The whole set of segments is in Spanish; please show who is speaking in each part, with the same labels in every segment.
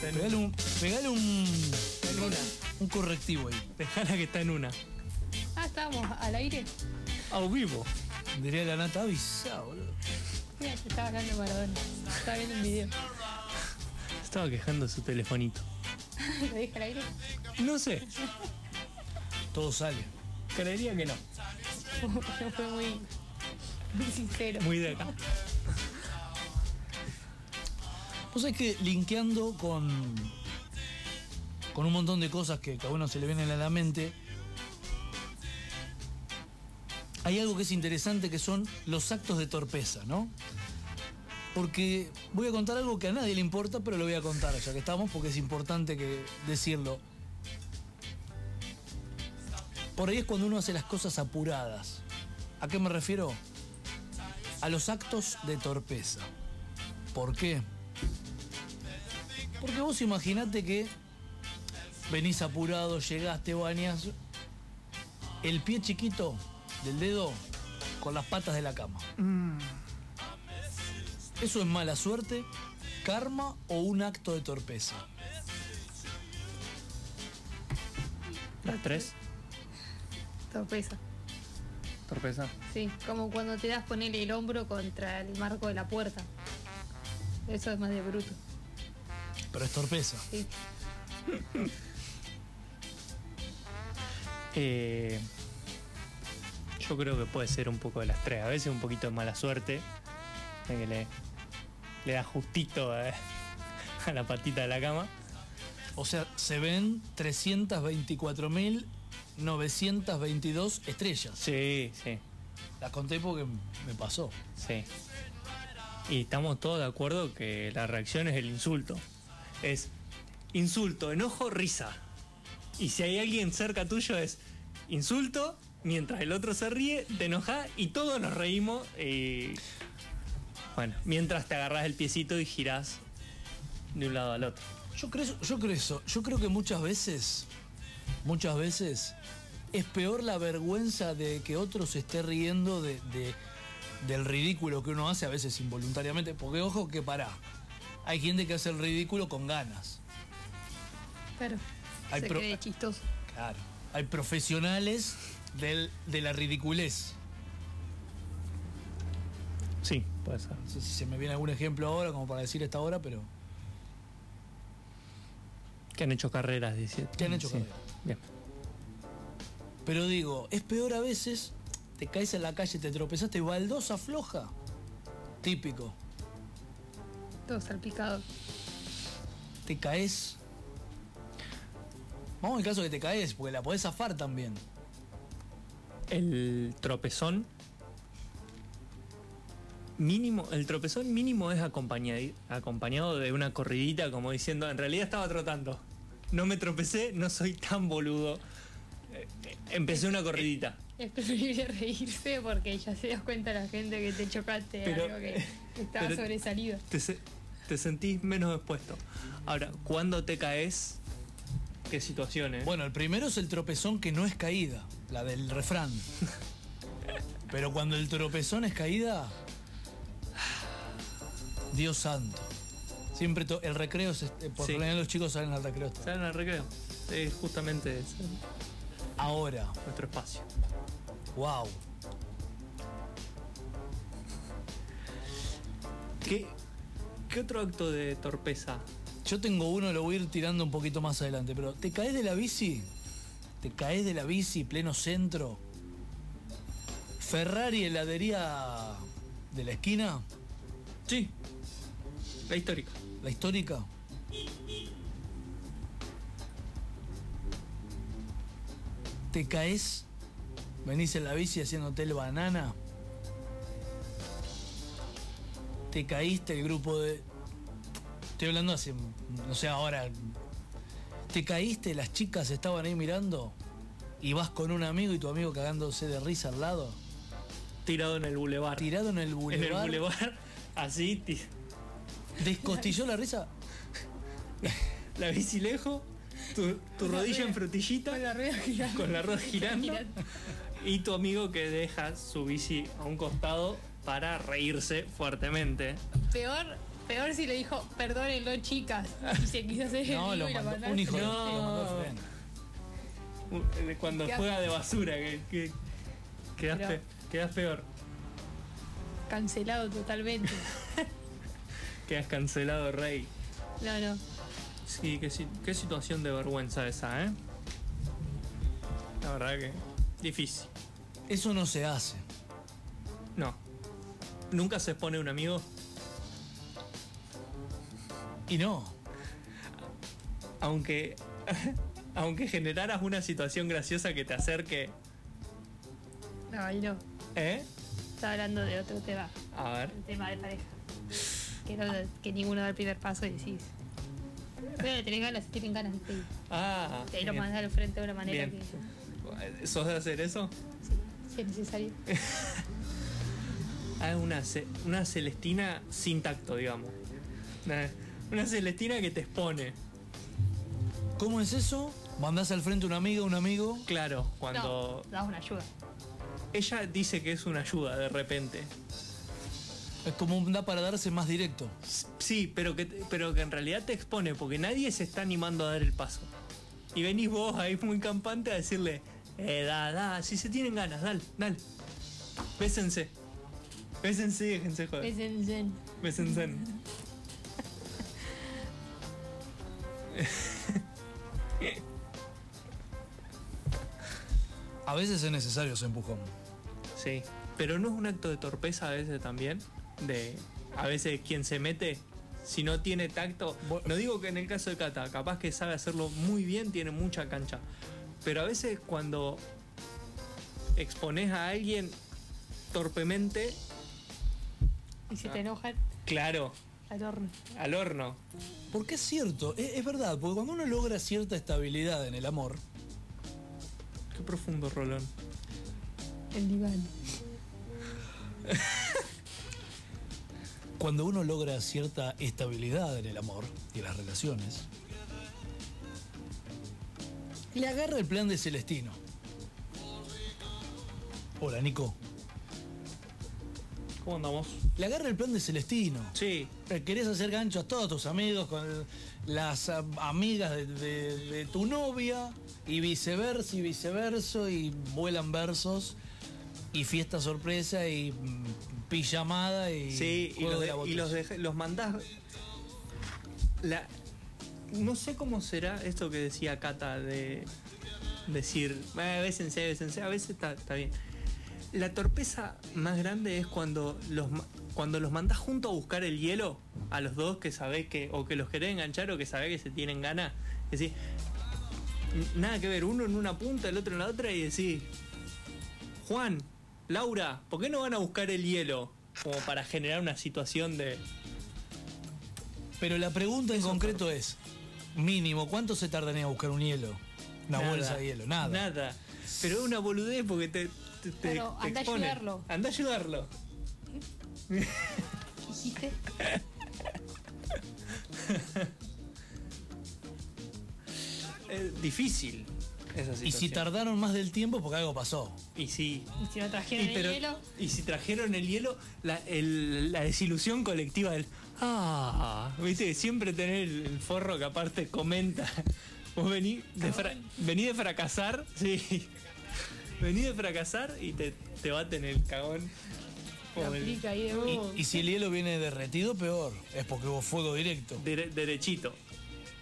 Speaker 1: Pegale un. Pegale un.
Speaker 2: En una.
Speaker 1: un correctivo ahí.
Speaker 3: Dejala que está en una.
Speaker 2: Ah, estábamos al aire.
Speaker 3: A vivo.
Speaker 1: Diría la nata avisado, boludo.
Speaker 2: Mira, se estaba hablando de Maradona. Estaba viendo un video.
Speaker 3: Estaba quejando su telefonito.
Speaker 2: ¿Lo dije al aire?
Speaker 3: No sé.
Speaker 1: Todo sale.
Speaker 3: Creería que no.
Speaker 2: No fue muy, muy sincero.
Speaker 3: Muy de acá.
Speaker 1: Vos sabés que linkeando con. con un montón de cosas que, que a uno se le vienen a la mente. Hay algo que es interesante que son los actos de torpeza, ¿no? Porque voy a contar algo que a nadie le importa, pero lo voy a contar ya que estamos, porque es importante que decirlo. Por ahí es cuando uno hace las cosas apuradas. ¿A qué me refiero? A los actos de torpeza. ¿Por qué? Porque vos imaginate que venís apurado, llegaste, bañas, el pie chiquito del dedo con las patas de la cama. ¿Eso es mala suerte, karma o un acto de torpeza?
Speaker 3: Las tres.
Speaker 2: Torpeza.
Speaker 3: Torpeza.
Speaker 2: Sí, como cuando te das poner el hombro contra el marco de la puerta. Eso es más de bruto.
Speaker 1: Pero es torpeza.
Speaker 2: Sí.
Speaker 3: Eh, yo creo que puede ser un poco de las tres. A veces un poquito de mala suerte. de que le, le da justito a, a la patita de la cama.
Speaker 1: O sea, se ven 324.922 estrellas.
Speaker 3: Sí, sí,
Speaker 1: Las conté porque me pasó.
Speaker 3: sí. Y estamos todos de acuerdo que la reacción es el insulto. Es insulto, enojo, risa. Y si hay alguien cerca tuyo es insulto, mientras el otro se ríe, te enojas y todos nos reímos. Y... Bueno, mientras te agarras el piecito y girás de un lado al otro.
Speaker 1: Yo creo, yo creo eso. Yo creo que muchas veces, muchas veces, es peor la vergüenza de que otro se esté riendo de, de- del ridículo que uno hace, a veces involuntariamente. Porque ojo que pará. Hay gente que hace el ridículo con ganas.
Speaker 2: Claro.
Speaker 1: Ay,
Speaker 2: se
Speaker 1: pero-
Speaker 2: cree chistoso.
Speaker 1: Claro. Hay profesionales del- de la ridiculez.
Speaker 3: Sí, puede ser.
Speaker 1: No sé si se me viene algún ejemplo ahora, como para decir esta hora, pero.
Speaker 3: Que han hecho carreras, dice.
Speaker 1: Que han hecho
Speaker 3: Sí.
Speaker 1: carreras.
Speaker 3: Bien.
Speaker 1: Pero digo, es peor a veces, te caes en la calle, te tropezaste, baldosa floja. Típico.
Speaker 2: Todo salpicado.
Speaker 1: Te caes. Vamos al caso que te caes, porque la podés zafar también.
Speaker 3: El tropezón mínimo, el tropezón mínimo es acompañadi- acompañado de una corridita como diciendo, en realidad estaba trotando. No me tropecé, no soy tan boludo. Eh, eh, Empecé una corridita.
Speaker 2: Es preferible reírse porque ya se das cuenta la gente que te chocaste
Speaker 3: Pero- eh,
Speaker 2: algo que estaba
Speaker 3: pero-
Speaker 2: sobresalido.
Speaker 3: Te, se- te sentís menos expuesto. Ahora, cuando te caes, qué situaciones.
Speaker 1: Bueno, el primero es el tropezón que no es caída, la del refrán. Pero cuando el tropezón es caída. Dios santo. Siempre to- el recreo, se- eh, por
Speaker 3: Sí.
Speaker 1: lo general los chicos salen al recreo.
Speaker 3: ¿Salen al recreo? Es justamente ese,
Speaker 1: Ahora,
Speaker 3: nuestro espacio.
Speaker 1: wow.
Speaker 3: ¿Qué, ¿Qué otro acto de torpeza?
Speaker 1: Yo tengo uno, lo voy a ir tirando un poquito más adelante, pero ¿te caes de la bici? ¿Te caes de la bici, pleno centro? Ferrari, heladería de la esquina,
Speaker 3: Sí. La histórica.
Speaker 1: la histórica. ¿Te caes? ¿Venís en la bici haciéndote el banana? ¿Te caíste el grupo de... Estoy hablando hace... no sé, ahora... ¿Te caíste? Las chicas estaban ahí mirando y vas con un amigo y tu amigo cagándose de risa al lado,
Speaker 3: Tirado en el bulevar.
Speaker 1: tirado en el
Speaker 3: En el
Speaker 1: bulevar,
Speaker 3: bulevar. Así, ti-
Speaker 1: descostilló la risa.
Speaker 3: la bici lejos, tu, tu rodilla en frutillita. Con la rueda girando.
Speaker 2: Girando.
Speaker 3: Y tu amigo que deja su bici a un costado para reírse fuertemente.
Speaker 2: Peor Peor si le dijo, perdónenlo, chicas. Y se quiso hacer el
Speaker 1: No,
Speaker 2: vivo
Speaker 1: lo
Speaker 2: y la
Speaker 1: mandó,
Speaker 2: mandaste.
Speaker 1: un hijo de-
Speaker 3: No.
Speaker 1: lo mandó a fregar.
Speaker 3: Un- eh, Cuando
Speaker 2: ¿Qué
Speaker 3: juega de basura, que, que- quedás,
Speaker 2: Pero-
Speaker 3: pe- quedás peor.
Speaker 2: Cancelado totalmente.
Speaker 3: Quedás cancelado, Rey.
Speaker 2: No, no.
Speaker 3: Sí, qué, si- qué situación de vergüenza esa, ¿eh? La verdad que difícil.
Speaker 1: Eso no se hace.
Speaker 3: No. ¿Nunca se expone un amigo?
Speaker 1: Y no.
Speaker 3: Aunque. aunque generaras una situación graciosa que te acerque.
Speaker 2: No, ahí no.
Speaker 3: ¿Eh?
Speaker 2: Estaba hablando de otro tema.
Speaker 3: A ver.
Speaker 2: El tema de pareja. Que, no- que ninguno da el primer paso y decís. Pero le tenés ganas, si tienen ganas. sí.
Speaker 3: Ah.
Speaker 2: Te lo
Speaker 3: bien,
Speaker 2: mandás al frente de una manera
Speaker 3: bien.
Speaker 2: que.
Speaker 3: ¿Sos de hacer eso?
Speaker 2: Sí, si es necesario.
Speaker 3: Ah, una, ce- una Celestina sin tacto, digamos. Una, una Celestina que te expone.
Speaker 1: ¿Cómo es eso? Mandás al frente a una amiga, un amigo.
Speaker 3: Claro, cuando
Speaker 2: No, das una ayuda.
Speaker 3: ella dice que es una ayuda de repente.
Speaker 1: Es como un da para darse más directo.
Speaker 3: Sí, pero que, pero que en realidad te expone, porque nadie se está animando a dar el paso. Y venís vos ahí muy campante a decirle, eh, da, da, si se tienen ganas, dale, dale. Bésense. Bésense, y déjense
Speaker 1: Eh.
Speaker 3: joder.
Speaker 2: Es en zen.
Speaker 3: Bésense.
Speaker 1: A veces es necesario ese empujón.
Speaker 3: Sí, pero no es un acto de torpeza a veces también, de a veces quien se mete, si no tiene tacto,
Speaker 1: Vos-
Speaker 3: no digo que en el caso de Cata, capaz que sabe hacerlo muy bien, tiene mucha cancha, pero a veces cuando expones a alguien torpemente,
Speaker 2: Y
Speaker 1: Ah.
Speaker 2: si te enojan,
Speaker 3: claro,
Speaker 2: al horno.
Speaker 3: al horno,
Speaker 1: Porque es cierto, e-, es, es verdad, porque cuando uno logra cierta estabilidad en el amor,
Speaker 3: qué profundo Rolón.
Speaker 2: El diván.
Speaker 1: cuando uno logra cierta estabilidad en el amor y en las relaciones, le agarra el plan de Celestino. Hola, Nico.
Speaker 3: ¿Cómo andamos?
Speaker 1: Le agarra el plan de Celestino.
Speaker 3: Sí,
Speaker 1: Eh, Querés hacer gancho a todos tus amigos con el- las ah, amigas de, de- de tu novia y viceversa y viceverso y vuelan versos y fiesta sorpresa y mm, pijamada y
Speaker 3: Sí, y,
Speaker 1: juego
Speaker 3: los,
Speaker 1: de
Speaker 3: de-
Speaker 1: la
Speaker 3: y los,
Speaker 1: botella.
Speaker 3: deje- los mandás. La, no sé cómo será esto que decía Cata de decir, "Eh, bésense, bésense", a veces está, está bien. La torpeza más grande es cuando los, ma- cuando los mandás juntos a buscar el hielo a los dos que sabés que, o que los querés enganchar o que sabés que se tienen ganas. Decís, "N- nada que ver, uno en una punta, el otro en la otra y decís, Juan, Laura, ¿por qué no van a buscar el hielo? Como para generar una situación de.
Speaker 1: Pero la pregunta en concreto es, mínimo, ¿cuánto se tardaría a buscar un hielo? Una
Speaker 3: nada,
Speaker 1: bolsa de hielo, nada.
Speaker 3: Nada. Pero es una boludez porque te. te, te-
Speaker 2: Claro,
Speaker 3: te
Speaker 2: andá a
Speaker 3: expone.
Speaker 2: ayudarlo.
Speaker 3: Andá a ayudarlo.
Speaker 2: ¿Qué hiciste?
Speaker 3: Es difícil esa situación.
Speaker 1: Y si tardaron más del tiempo porque algo pasó.
Speaker 3: Y sí.
Speaker 2: Y si no trajeron
Speaker 3: Y, pero-
Speaker 2: el hielo,
Speaker 3: y si trajeron el hielo, la, el- la desilusión colectiva del. Ah, viste, siempre tener el, el forro que aparte comenta. Vos vení de, fra- vení de fracasar, sí. Vení de fracasar y te, te baten el cagón.
Speaker 2: lo
Speaker 3: Como el-
Speaker 2: aplica ahí de
Speaker 1: Y,
Speaker 2: nuevo.
Speaker 1: y si el hielo viene derretido, peor. Es porque hubo fuego directo.
Speaker 3: dere- derechito.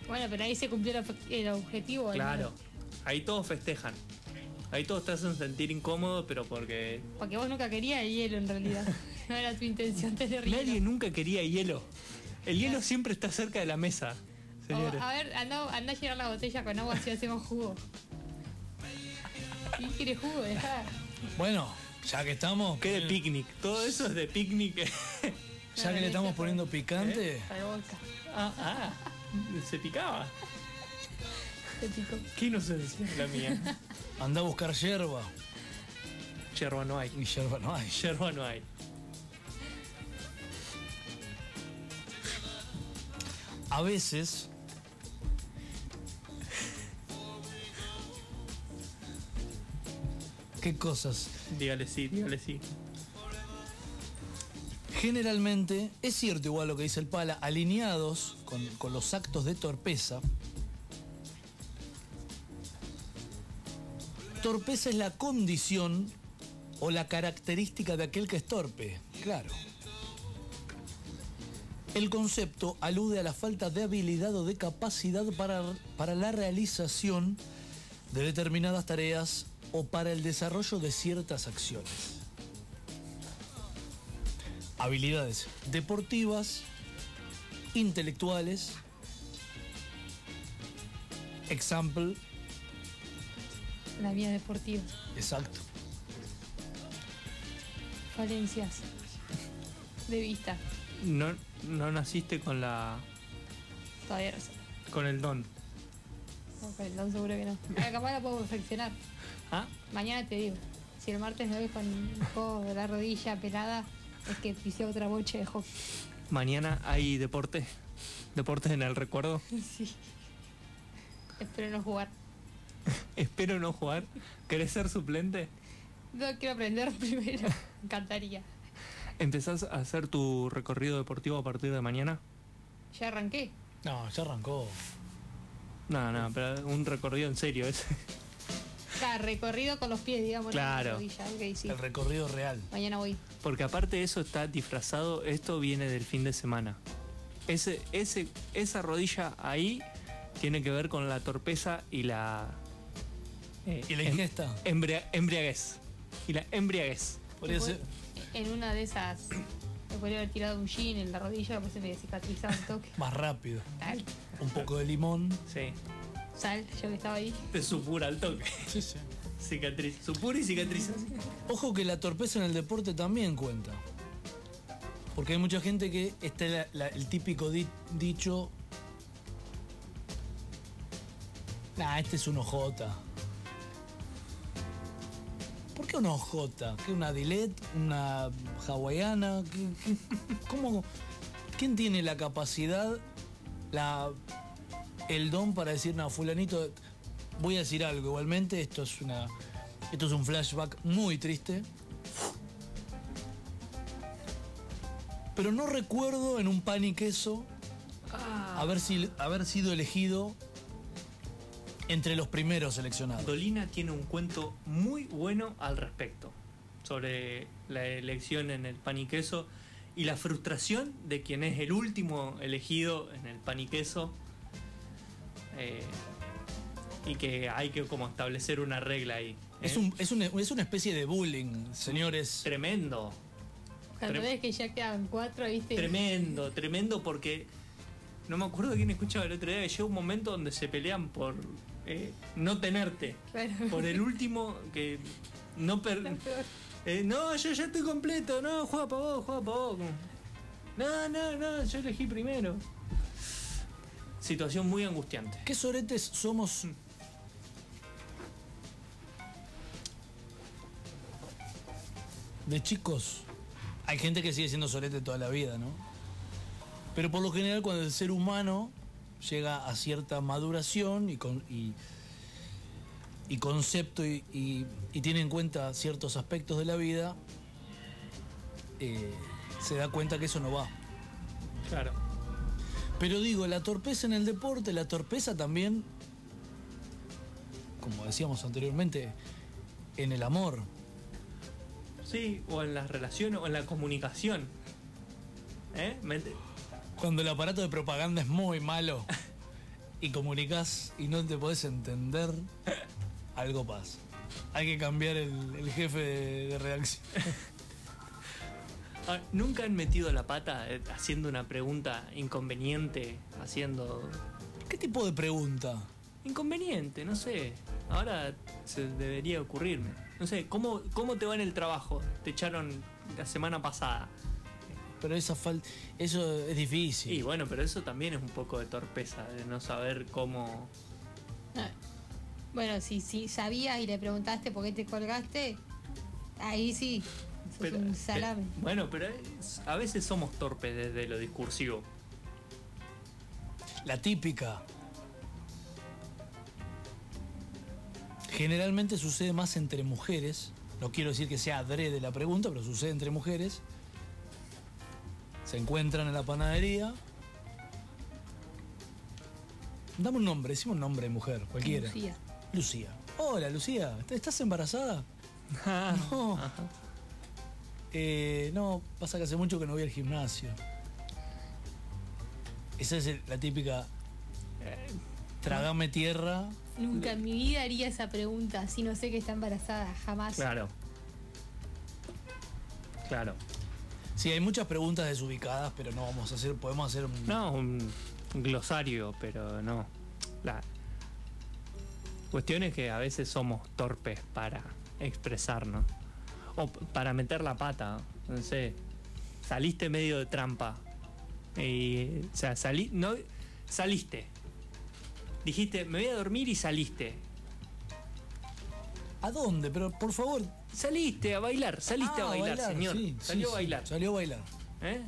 Speaker 2: Bueno, pero ahí se cumplió el, ob- el objetivo. al
Speaker 3: Claro.
Speaker 2: menos.
Speaker 3: Ahí todos festejan. Ahí todos te hacen sentir incómodo, pero porque.
Speaker 2: Porque vos nunca querías el hielo en realidad. No era tu intención tener
Speaker 3: Nadie
Speaker 2: hielo.
Speaker 3: nunca quería hielo. El hielo siempre está cerca de la mesa,
Speaker 2: O,
Speaker 3: señores.
Speaker 2: a ver, anda, anda a llenar la botella con agua si hacemos jugo. ¿Quién quiere jugo? Dejá.
Speaker 1: Bueno, ya que estamos,
Speaker 3: ¿Qué de picnic? Todo eso es de picnic.
Speaker 1: ya que le estamos poniendo picante,
Speaker 2: Para la boca.
Speaker 3: ah, ah, se picaba.
Speaker 2: Este chico.
Speaker 3: Qué inocencia la mía.
Speaker 1: anda a buscar yerba.
Speaker 3: Yerba no hay.
Speaker 1: Y yerba no hay.
Speaker 3: Yerba no hay.
Speaker 1: A veces. ¿Qué cosas?
Speaker 3: Dígale sí, dígale sí.
Speaker 1: generalmente, es cierto igual lo que dice el pala, alineados con, con los actos de torpeza, torpeza es la condición o la característica de aquel que es torpe, claro. El concepto alude a la falta de habilidad o de capacidad para, para la realización de determinadas tareas o para el desarrollo de ciertas acciones. Habilidades deportivas, intelectuales, example,
Speaker 2: La vía deportiva.
Speaker 1: exacto.
Speaker 2: Falencias. De vista.
Speaker 3: No, no naciste con la.
Speaker 2: Todavía no sé.
Speaker 3: con el don.
Speaker 2: No, perdón, seguro que no. Ah, capaz la puedo perfeccionar.
Speaker 3: ¿Ah?
Speaker 2: Mañana te digo. Si el martes me ves con un poco de la rodilla pelada, es que pisé otra boche de hockey.
Speaker 3: Mañana hay deporte. Deportes en el recuerdo.
Speaker 2: Sí. Espero no jugar.
Speaker 3: Espero no jugar. ¿Querés ser suplente?
Speaker 2: No quiero aprender primero. Me encantaría.
Speaker 3: ¿Empezás a hacer tu recorrido deportivo a partir de mañana?
Speaker 2: Ya arranqué.
Speaker 1: No, ya arrancó.
Speaker 3: No, no, pero un recorrido en serio es.
Speaker 2: Claro, recorrido con los pies, digamos. no
Speaker 3: Claro.
Speaker 2: con la rodilla. Ok, sí.
Speaker 1: El recorrido real.
Speaker 2: Mañana voy.
Speaker 3: Porque aparte eso está disfrazado, esto viene del fin de semana. Ese, ese, esa rodilla ahí tiene que ver con la torpeza y la. eh,
Speaker 1: ¿Y la
Speaker 3: em-
Speaker 1: ingesta?
Speaker 3: embria- embriaguez. Y la embriaguez.
Speaker 1: Podría ser-
Speaker 2: En una de esas, me podría haber tirado un jean en la rodilla, después se me cicatrizaba un toque.
Speaker 1: más rápido.
Speaker 2: Tal,
Speaker 1: Un poco de limón.
Speaker 3: Sí.
Speaker 2: sal, yo que estaba ahí.
Speaker 3: De supura al toque.
Speaker 1: Sí, sí.
Speaker 3: Cicatriz. Supura y cicatrices.
Speaker 1: Ojo que la torpeza en el deporte también cuenta. Porque hay mucha gente que está la- la- el típico di- dicho. Nah, este es un OJ. ¿Por qué un OJ? ¿Qué una Dilet? ¿Una hawaiana? ¿Qué- qué- ¿Cómo? ¿Quién tiene la capacidad, la, el don para decir, no, fulanito, voy a decir algo igualmente, esto es una. Esto es un flashback muy triste. Pero no recuerdo en un pan y queso haber, si- haber sido elegido entre los primeros seleccionados.
Speaker 3: Dolina tiene un cuento muy bueno al respecto sobre la elección en el pan y queso y la frustración de quien es el último elegido en el pan y queso eh, y que hay que como establecer una regla ahí.
Speaker 1: Es,
Speaker 3: ¿eh?
Speaker 1: un- es una, es una especie de bullying, señores.
Speaker 3: tremendo,
Speaker 2: La
Speaker 3: Trem-
Speaker 2: verdad es que ya quedan cuatro, ¿viste?
Speaker 3: tremendo, tremendo porque no me acuerdo quién escuchaba el otro día que llega un momento donde se pelean por eh, no tenerte,
Speaker 2: Claro.
Speaker 3: por el último que no per-
Speaker 2: Lo peor.
Speaker 3: Eh, no, yo ya estoy completo. No, juega para vos, juega para vos. No, no, no, yo elegí primero. Situación muy angustiante.
Speaker 1: ¿Qué soretes somos? De chicos. Hay gente que sigue siendo sorete toda la vida, ¿no? Pero por lo general cuando el ser humano llega a cierta maduración y, con- y, y concepto y, y- y tiene en cuenta ciertos aspectos de la vida, eh, se da cuenta que eso no va.
Speaker 3: Claro.
Speaker 1: Pero digo, la torpeza en el deporte, la torpeza también, como decíamos anteriormente, en el amor.
Speaker 3: Sí, o en las relaciones, o en la comunicación. ¿Eh? Mete-
Speaker 1: Cuando el aparato de propaganda es muy malo y comunicas y no te podés entender, algo pasa. Hay que cambiar el, el jefe de, de redacción.
Speaker 3: Ah, ¿Nunca han metido la pata eh, haciendo una pregunta inconveniente? Haciendo.
Speaker 1: ¿Qué tipo de pregunta?
Speaker 3: Inconveniente, no sé. Ahora se debería ocurrirme. No sé, ¿cómo, cómo te va en el trabajo? Te echaron la semana pasada.
Speaker 1: Pero esa falta, eso es difícil.
Speaker 3: Y bueno, pero eso también es un poco de torpeza, de no saber cómo.
Speaker 2: Ah. Bueno, si, si sabías y le preguntaste por qué te colgaste, ahí sí. Sos
Speaker 3: Pero-
Speaker 2: un salame.
Speaker 3: pe- bueno, pero es- a veces somos torpes desde lo discursivo.
Speaker 1: La típica. Generalmente sucede más entre mujeres. No quiero decir que sea adrede la pregunta, pero sucede entre mujeres. Se encuentran en la panadería. Dame un nombre, decimos un nombre de mujer, cualquiera.
Speaker 2: Lucía.
Speaker 1: Lucía. Hola, Lucía. ¿est- ¿Estás embarazada? No. Eh, no, pasa que hace mucho que no voy al gimnasio. Esa es el- la típica. eh, Tragame tierra.
Speaker 2: Nunca en mi vida haría esa pregunta si no sé que está embarazada, jamás.
Speaker 3: Claro. Claro.
Speaker 1: Sí, hay muchas preguntas desubicadas, pero no vamos a hacer. Podemos hacer un.
Speaker 3: No, un un glosario, pero no. La cuestión es que a veces somos torpes para expresarnos. O p- para meter la pata. No sé. Saliste medio de trampa. Y, o sea, salí, no, saliste. Dijiste, me voy a dormir y saliste.
Speaker 1: ¿A dónde? Pero por favor.
Speaker 3: Saliste a bailar, saliste
Speaker 1: Ah,
Speaker 3: a bailar, señor.
Speaker 1: sí,
Speaker 3: Salió
Speaker 1: sí,
Speaker 3: a
Speaker 1: sí,
Speaker 3: bailar.
Speaker 1: Salió a bailar.
Speaker 3: ¿eh?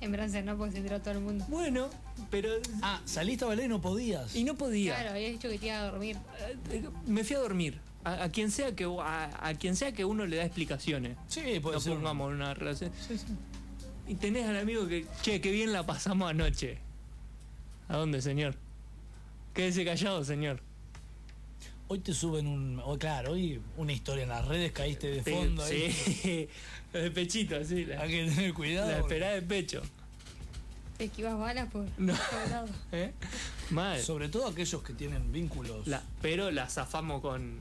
Speaker 2: En Francia no, porque se enteró todo el mundo.
Speaker 3: Bueno, pero.
Speaker 1: Ah, saliste a bailar y no podías.
Speaker 3: Y no podía.
Speaker 2: Claro, había dicho que te iba a dormir.
Speaker 3: Eh, Me fui a dormir. A, a quien sea que a, a quien sea que uno le da explicaciones.
Speaker 1: Sí, puede
Speaker 3: No
Speaker 1: ser.
Speaker 3: pongamos en una relación.
Speaker 1: Sí, sí.
Speaker 3: Y tenés al amigo que, che, qué bien la pasamos anoche. ¿A dónde, señor? Quédese callado, señor.
Speaker 1: Hoy te suben un. oh, claro, hoy una historia en las redes, caíste de
Speaker 3: Te-
Speaker 1: fondo ahí.
Speaker 3: sí. de pechito, así. La,
Speaker 1: Hay que tener cuidado.
Speaker 3: la
Speaker 1: porque-
Speaker 3: esperá de pecho.
Speaker 2: Te esquivas balas por
Speaker 3: No.
Speaker 2: todos lados.
Speaker 3: ¿Eh? Mal.
Speaker 1: Sobre todo aquellos que tienen vínculos.
Speaker 3: La- pero la zafamos con.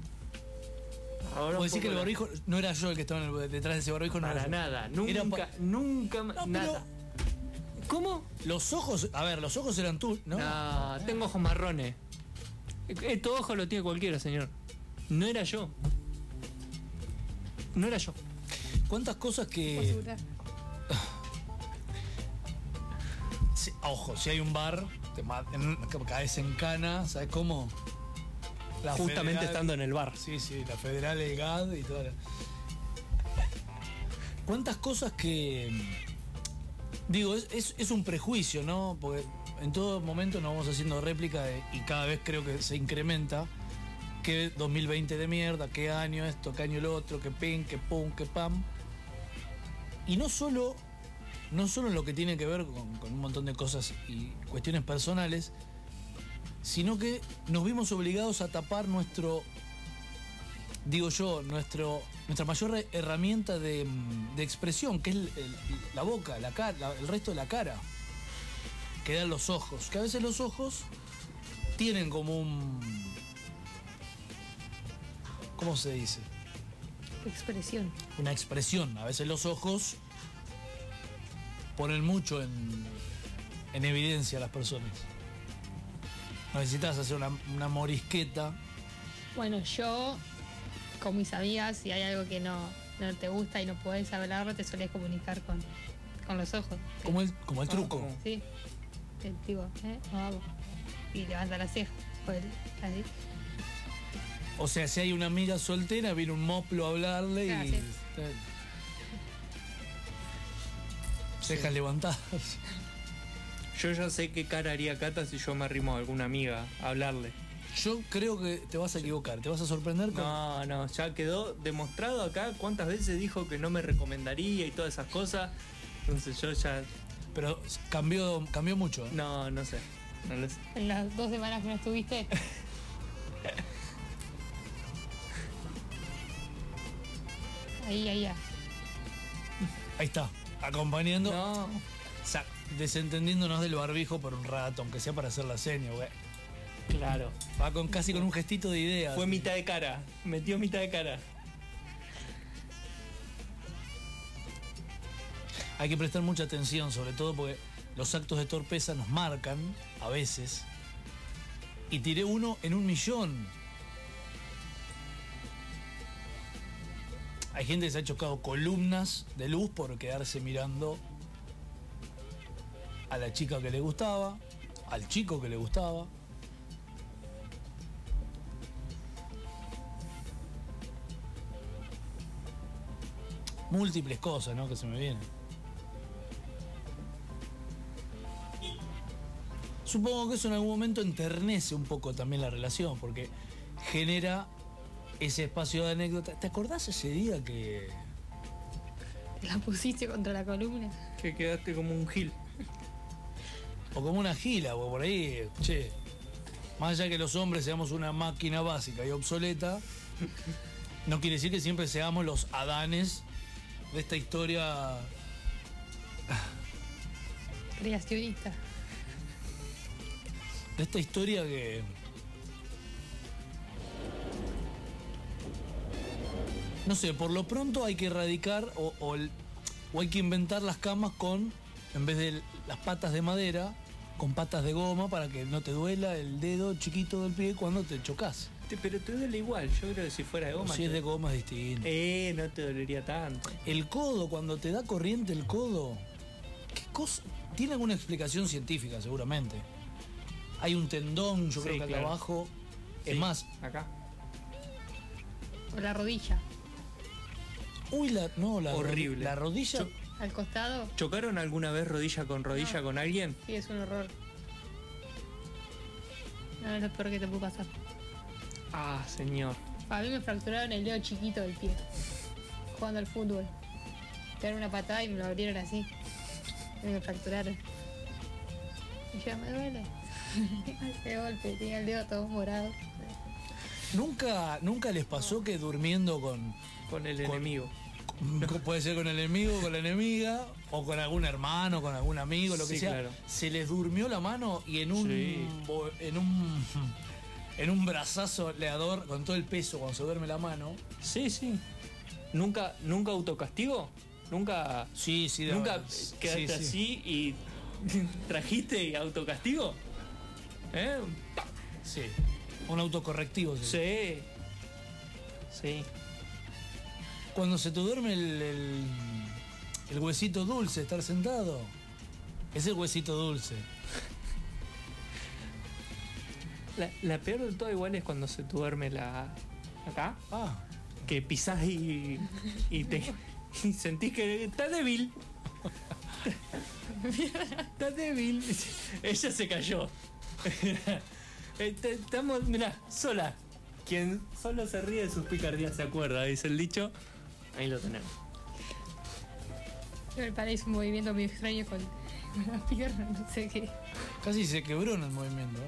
Speaker 3: Ahora
Speaker 1: Puedo
Speaker 3: un
Speaker 1: decir que
Speaker 3: poco
Speaker 1: el
Speaker 3: la-
Speaker 1: barbijo. No era yo el que estaba en el- detrás de ese barbijo, no era
Speaker 3: Para
Speaker 1: yo.
Speaker 3: nada,
Speaker 1: Era
Speaker 3: nunca,
Speaker 1: pa-
Speaker 3: nunca,
Speaker 1: pero-
Speaker 3: nada. ¿Cómo?
Speaker 1: Los ojos. A ver, los ojos eran tú, ¿no?
Speaker 3: Ah, tengo ojos marrones. Estos ojos lo tiene cualquiera, señor. No era yo. No era yo.
Speaker 1: ¿Cuántas cosas
Speaker 2: Puedo
Speaker 1: que.
Speaker 2: asegurar.
Speaker 1: Sí, ojo, si hay un bar, te ma- en- caes en cana, ¿sabes cómo? La
Speaker 3: Justamente
Speaker 1: federal-
Speaker 3: estando en el bar.
Speaker 1: Sí, sí, la federal, el GAD y todas las... ¿Cuántas cosas que. mm, Digo, es, es- es un prejuicio, ¿no? Porque en todo momento nos vamos haciendo réplica de- y cada vez creo que se incrementa. Que 2020 de mierda, qué año esto, qué año el otro, que pin, que pum, que pam. Y no solo, no solo en lo que tiene que ver con, con un montón de cosas y cuestiones personales, sino que nos vimos obligados a tapar nuestro, digo yo, nuestro, nuestra mayor he- herramienta de, mm, de expresión, que es el- el- la boca, la cara, la- el resto de la cara, que dan los ojos, que a veces los ojos tienen como un... ¿Cómo se dice?
Speaker 2: Qué Expresión.
Speaker 1: una expresión. A veces los ojos ponen mucho en, en evidencia a las personas. No necesitas hacer una, una morisqueta.
Speaker 2: Bueno, yo, con mis amigas, si hay algo que no, no te gusta y no podés hablarlo, te solés comunicar con, con los ojos.
Speaker 1: Como el, como el truco.
Speaker 3: como-
Speaker 2: Sí. Te digo, ¿eh? Nos vamos. Y levanta las cejas. o el- pues, así.
Speaker 1: O sea, si hay una amiga soltera, viene un moplo a hablarle y.
Speaker 2: Gracias.
Speaker 1: Cejas levantadas.
Speaker 3: Yo ya sé qué cara haría Cata si yo me arrimo a alguna amiga a hablarle.
Speaker 1: Yo creo que te vas a equivocar, te vas a sorprender con.
Speaker 3: No, no, ya quedó demostrado acá cuántas veces dijo que no me recomendaría y todas esas cosas. Entonces yo ya.
Speaker 1: Pero cambió, cambió mucho. ¿eh?
Speaker 3: No, no sé. No lo sé.
Speaker 2: En las dos semanas que no estuviste, ahí, ahí, ahí.
Speaker 1: Ahí está. Acompañando.
Speaker 3: No.
Speaker 1: Sa- desentendiéndonos del barbijo por un rato, aunque sea para hacer la seña, güey.
Speaker 3: Claro.
Speaker 1: Va con casi con un gestito de idea.
Speaker 3: Fue mitad de cara. Metió mitad de cara.
Speaker 1: Hay que prestar mucha atención, sobre todo porque los actos de torpeza nos marcan a veces. Y tiré uno en un millón. Hay gente que se ha chocado columnas de luz por quedarse mirando a la chica que le gustaba, al chico que le gustaba. Múltiples cosas, ¿no? Que se me vienen. Supongo que eso en algún momento enternece un poco también la relación, porque genera ese espacio de anécdota. ¿Te acordás ese día que
Speaker 2: Te la pusiste contra la columna.
Speaker 3: Que quedaste como un gil.
Speaker 1: O como una gila, porque por ahí, che. Más allá que los hombres seamos una máquina básica y obsoleta, no quiere decir que siempre seamos los adanes de esta historia.
Speaker 2: Creacionista.
Speaker 1: de esta historia que. No sé, por lo pronto hay que erradicar o, o el- o hay que inventar las camas con, en vez de las patas de madera, con patas de goma para que no te duela el dedo chiquito del pie cuando te chocas.
Speaker 3: Te- Pero te duele igual, yo creo que si fuera de goma.
Speaker 1: Si es
Speaker 3: te-
Speaker 1: de goma es distinto.
Speaker 3: Eh, no te dolería tanto.
Speaker 1: El codo, cuando te da corriente el codo, ¿qué cosa? Tiene alguna explicación científica, seguramente. Hay un tendón, yo
Speaker 3: Sí,
Speaker 1: creo que acá
Speaker 3: claro.
Speaker 1: abajo. Es
Speaker 3: Sí,
Speaker 1: más,
Speaker 3: Acá.
Speaker 2: O la rodilla.
Speaker 1: uy, la, no, la,
Speaker 3: Horrible.
Speaker 1: la rodilla.
Speaker 3: Yo-
Speaker 2: Al costado,
Speaker 3: ¿Chocaron alguna vez rodilla con rodilla
Speaker 2: No.
Speaker 3: con alguien?
Speaker 2: sí, es un horror. No es lo peor que te puede pasar.
Speaker 3: Ah, señor.
Speaker 2: A mí me fracturaron el dedo chiquito del pie. Jugando al fútbol. Pegaron una patada y me lo abrieron así. Y me fracturaron. Y yo, me duele. De golpe, tenía el dedo todo morado.
Speaker 1: ¿Nunca, nunca les pasó que durmiendo con,
Speaker 3: Con el
Speaker 1: Con-
Speaker 3: enemigo.
Speaker 1: con- Puede ser con el enemigo, con la enemiga, o con algún hermano, con algún amigo, lo que
Speaker 3: Sí,
Speaker 1: sea.
Speaker 3: claro.
Speaker 1: Se les durmió la mano y en un.
Speaker 3: Sí.
Speaker 1: bo- En un. En un brazazo leador, con todo el peso cuando se duerme la mano.
Speaker 3: Sí, sí. ¿Nunca, nunca autocastigo? ¿Nunca,
Speaker 1: Sí, sí, de
Speaker 3: nunca
Speaker 1: verdad. Sí,
Speaker 3: quedaste
Speaker 1: eh, sí.
Speaker 3: así y trajiste autocastigo? ¿Eh?
Speaker 1: Sí. Un autocorrectivo. sí.
Speaker 3: Sí. Sí.
Speaker 1: Cuando se te duerme el, el- el huesito dulce, estar sentado. Es el huesito dulce.
Speaker 3: La, la peor de todo igual es cuando se te duerme la... Acá.
Speaker 1: Ah.
Speaker 3: que pisás y, y te y sentís que está débil. está débil. Ella se cayó. Est- Estamos, mirá, sola. Quien solo se ríe de sus picardías se acuerda, dice el dicho. Ahí lo tenemos.
Speaker 2: Yo me parece un movimiento muy extraño con, con la pierna, no sé qué.
Speaker 1: Casi se quebró en el movimiento. ¿eh?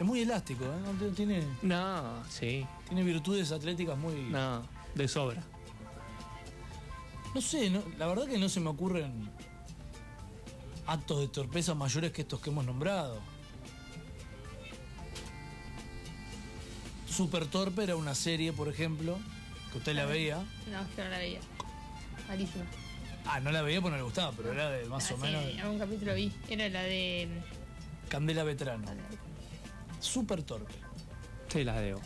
Speaker 1: Es muy elástico, ¿eh? No tiene- tiene,
Speaker 3: No, sí.
Speaker 1: tiene virtudes atléticas muy. No,
Speaker 3: No, de sobra.
Speaker 1: sé, no- la verdad que no se me ocurren actos de torpeza mayores que estos que hemos nombrado. Super Torpe era una serie, por ejemplo, que usted
Speaker 2: Ah.
Speaker 1: la veía.
Speaker 2: No, yo no la veía. Malísima.
Speaker 1: Ah, no la veía porque no le gustaba, pero era de más
Speaker 2: Ah,
Speaker 1: o
Speaker 2: sí,
Speaker 1: menos
Speaker 2: Algún capítulo vi. Era la de.
Speaker 1: Candela Vetrano. Súper torpe.
Speaker 3: Te la debo.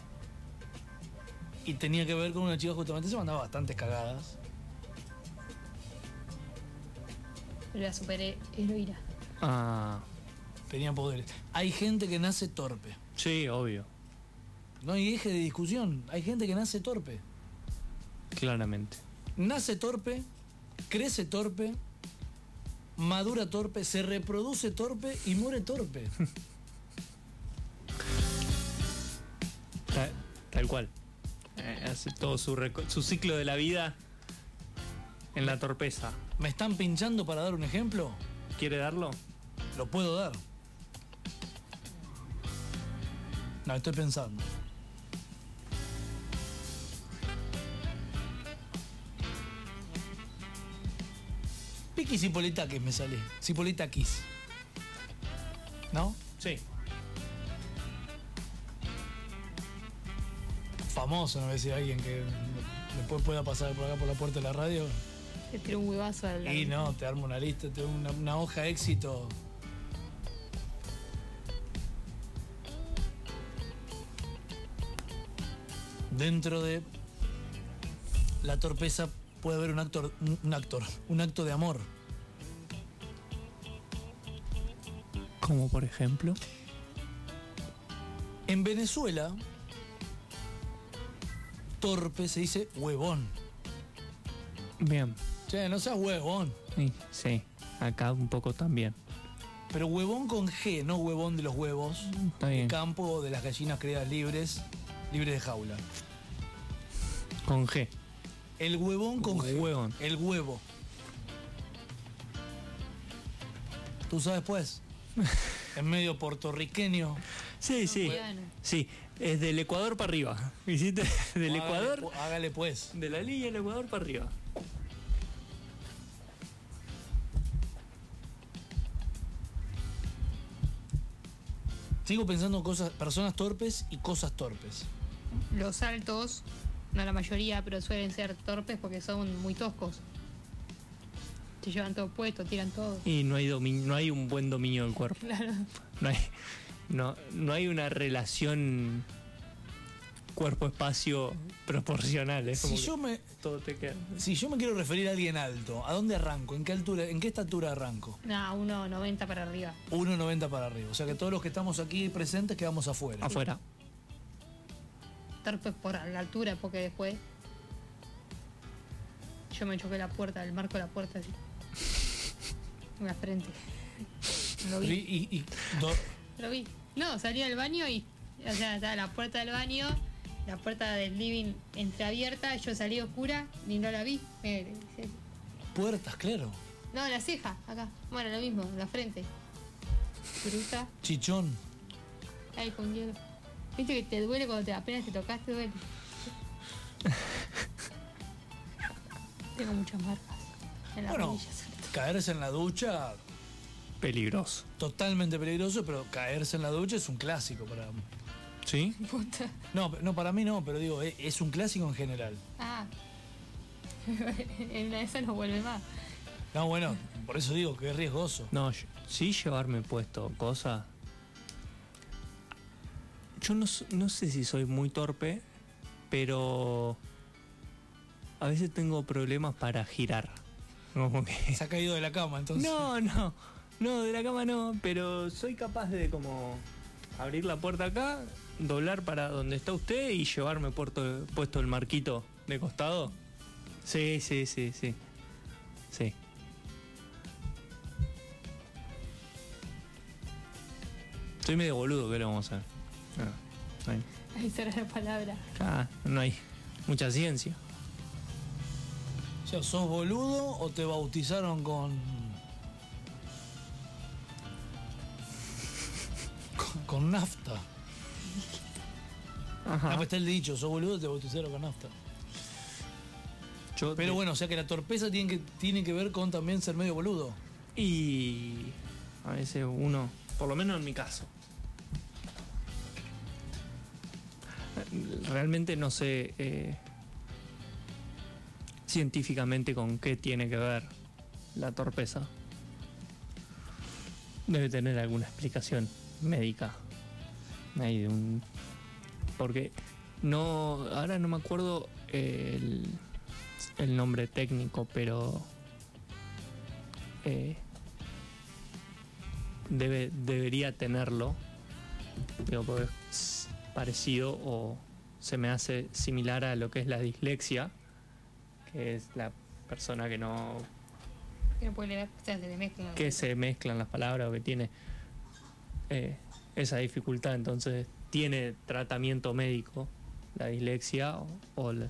Speaker 1: Y tenía que ver con una chica justamente, se mandaba bastantes cagadas.
Speaker 2: La superé heroína.
Speaker 3: Ah,
Speaker 1: Tenía poderes. Hay gente que nace torpe.
Speaker 3: sí, obvio.
Speaker 1: No hay eje de discusión. Hay gente que nace torpe.
Speaker 3: Claramente.
Speaker 1: Nace torpe, crece torpe, madura torpe, se reproduce torpe y muere torpe.
Speaker 3: Ta- Tal, cual. Eh, hace todo su, reco- su ciclo de la vida en la torpeza.
Speaker 1: ¿Me están pinchando para dar un ejemplo?
Speaker 3: ¿Quiere darlo?
Speaker 1: Lo puedo dar. No, estoy pensando. Piquis y Politakis me sale. Cipolitakis. ¿No?
Speaker 3: Sí.
Speaker 1: Famoso, no sé si hay alguien que después pueda pasar por acá por la puerta de la radio.
Speaker 2: Le tiró un huevazo al.
Speaker 1: Y no, te armo una lista, te doy una, una hoja éxito. Dentro de la torpeza puede haber un actor, un- un actor, un acto de amor.
Speaker 3: Como por ejemplo.
Speaker 1: En Venezuela, torpe se dice huevón.
Speaker 3: Bien.
Speaker 1: Che, no seas huevón.
Speaker 3: Sí, sí. Acá un poco también.
Speaker 1: Pero huevón con G, no huevón de los huevos.
Speaker 3: Está
Speaker 1: De
Speaker 3: bien.
Speaker 1: campo o de las gallinas criadas libres, libres de jaula.
Speaker 3: Con G.
Speaker 1: El huevón con G.
Speaker 3: Huevón.
Speaker 1: El huevo. Tú sabes pues. Es medio puertorriqueño.
Speaker 3: Sí, sí.
Speaker 2: Bueno.
Speaker 3: Sí, es del Ecuador para arriba. ¿Hiciste? Del
Speaker 1: Hágale
Speaker 3: Ecuador,
Speaker 1: pu- Hágale pues.
Speaker 3: de la línea del Ecuador para arriba.
Speaker 1: Sigo pensando cosas, personas torpes y cosas torpes.
Speaker 2: Los altos, no la mayoría, pero suelen ser torpes porque son muy toscos. Te llevan todo puesto, tiran todo.
Speaker 3: Y no hay, domi- no hay un buen dominio del cuerpo.
Speaker 2: Claro.
Speaker 3: No hay, no, no hay una relación cuerpo-espacio proporcional. Es
Speaker 1: Si
Speaker 3: como que
Speaker 1: yo, me,
Speaker 3: todo te queda.
Speaker 1: si yo me quiero referir a alguien alto, ¿a dónde arranco? ¿En qué altura, en qué estatura arranco?
Speaker 2: Nada, 1,90 para arriba.
Speaker 1: 1,90 para arriba. O sea que todos los que estamos aquí presentes quedamos afuera.
Speaker 3: Afuera.
Speaker 2: Torpes por la altura porque después. Yo me choqué la puerta, el marco de la puerta así. En la frente. Lo
Speaker 1: Y,
Speaker 2: vi.
Speaker 1: y- y do-
Speaker 2: Lo vi. No, salí del baño y. O sea, estaba la puerta del baño, la puerta del living entreabierta, yo salí oscura, ni no la vi. Eh, Me- se-
Speaker 1: puertas, claro.
Speaker 2: No, la ceja, acá. Bueno, lo mismo, la frente. Bruta,
Speaker 1: Chichón.
Speaker 2: ahí con hielo. Viste que te duele cuando te, apenas te tocaste, duele. Tengo muchas marcas en las
Speaker 1: Bueno,
Speaker 2: rodillas.
Speaker 1: caerse en la ducha,
Speaker 3: Peligroso.
Speaker 1: totalmente peligroso, pero caerse en la ducha es un clásico para.
Speaker 3: ¿Sí?
Speaker 2: Puta.
Speaker 1: No, no, para mí no, pero digo, e- es un clásico en general.
Speaker 2: Ah. en una de esas no vuelve más.
Speaker 1: No, bueno, por eso digo que es riesgoso.
Speaker 3: No, yo- sí llevarme puesto cosas. Yo no, s- no sé si soy muy torpe, pero a veces tengo problemas para girar. Como que-
Speaker 1: Se ha caído de la cama, entonces.
Speaker 3: No, no, no, de la cama no, pero soy capaz de como abrir la puerta acá, doblar para donde está usted y llevarme puerto- puesto el marquito de costado. Sí, sí, sí, sí. Sí. Soy medio boludo, ¿qué le vamos a hacer? Ah, no hay,
Speaker 2: Ahí será la palabra.
Speaker 3: ah, no hay mucha ciencia.
Speaker 1: O sea, ¿sos boludo o te bautizaron con. con, con nafta? Ah,
Speaker 3: Ajá.
Speaker 1: pues está el dicho, sos boludo, te bautizaron con nafta.
Speaker 3: Yo-
Speaker 1: Pero bueno, o sea que la torpeza tiene que, tiene que ver con también ser medio boludo.
Speaker 3: Y a veces uno, por lo menos en mi caso, realmente no sé eh, científicamente con qué tiene que ver la torpeza. Debe tener alguna explicación médica. Ahí de un- Porque no. Ahora no me acuerdo eh, el, el nombre técnico, pero. eh, debe, debería tenerlo. Digo, porque es parecido o se me hace similar a lo que es la dislexia, que es la persona que no
Speaker 2: Que no puede leer, o sea, se le mezclan.
Speaker 3: que se mezclan las palabras o que tiene eh, esa dificultad. Entonces, tiene tratamiento médico, la dislexia o, o la-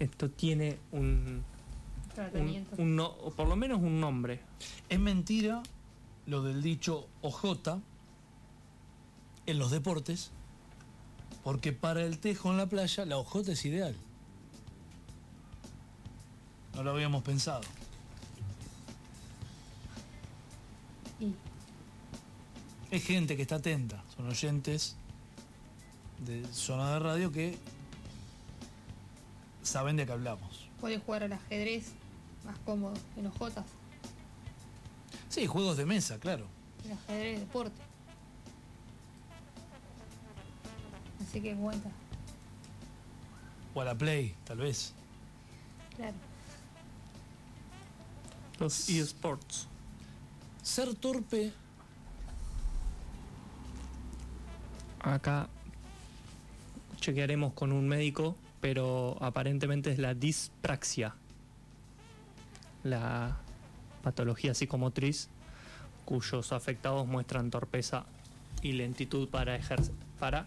Speaker 3: Esto tiene un, un,
Speaker 2: Tratamiento.
Speaker 3: un no- o por lo menos un nombre.
Speaker 1: Es mentira lo del dicho OJ en los deportes, porque para el tejo en la playa la OJ es ideal. No lo habíamos pensado.
Speaker 2: Y
Speaker 1: Es gente que está atenta, son oyentes de zona de radio que saben de qué hablamos.
Speaker 2: puede jugar al ajedrez más cómodo en los Jotas.
Speaker 1: Sí, juegos de mesa, claro.
Speaker 2: El ajedrez es deporte. Así que cuenta,
Speaker 1: O a la Play, tal vez.
Speaker 2: claro.
Speaker 3: Los eSports.
Speaker 1: Ser torpe,
Speaker 3: Acá chequearemos con un médico, pero aparentemente es la dispraxia, la patología psicomotriz cuyos afectados muestran torpeza y lentitud para, ejer- para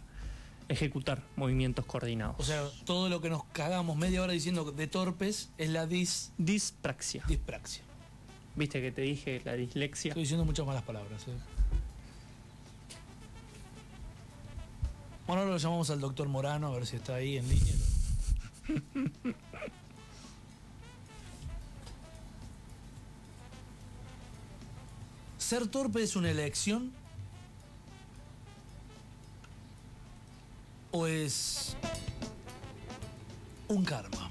Speaker 3: ejecutar movimientos coordinados.
Speaker 1: o sea, todo lo que nos cagamos media hora diciendo de torpes es la dis
Speaker 3: dispraxia.
Speaker 1: dispraxia.
Speaker 3: Viste que te dije la dislexia.
Speaker 1: Estoy diciendo muchas malas palabras. ¿eh? Bueno, ahora lo llamamos al doctor Morano a ver si está ahí en línea. ¿Ser torpe es una elección? ¿O es un karma?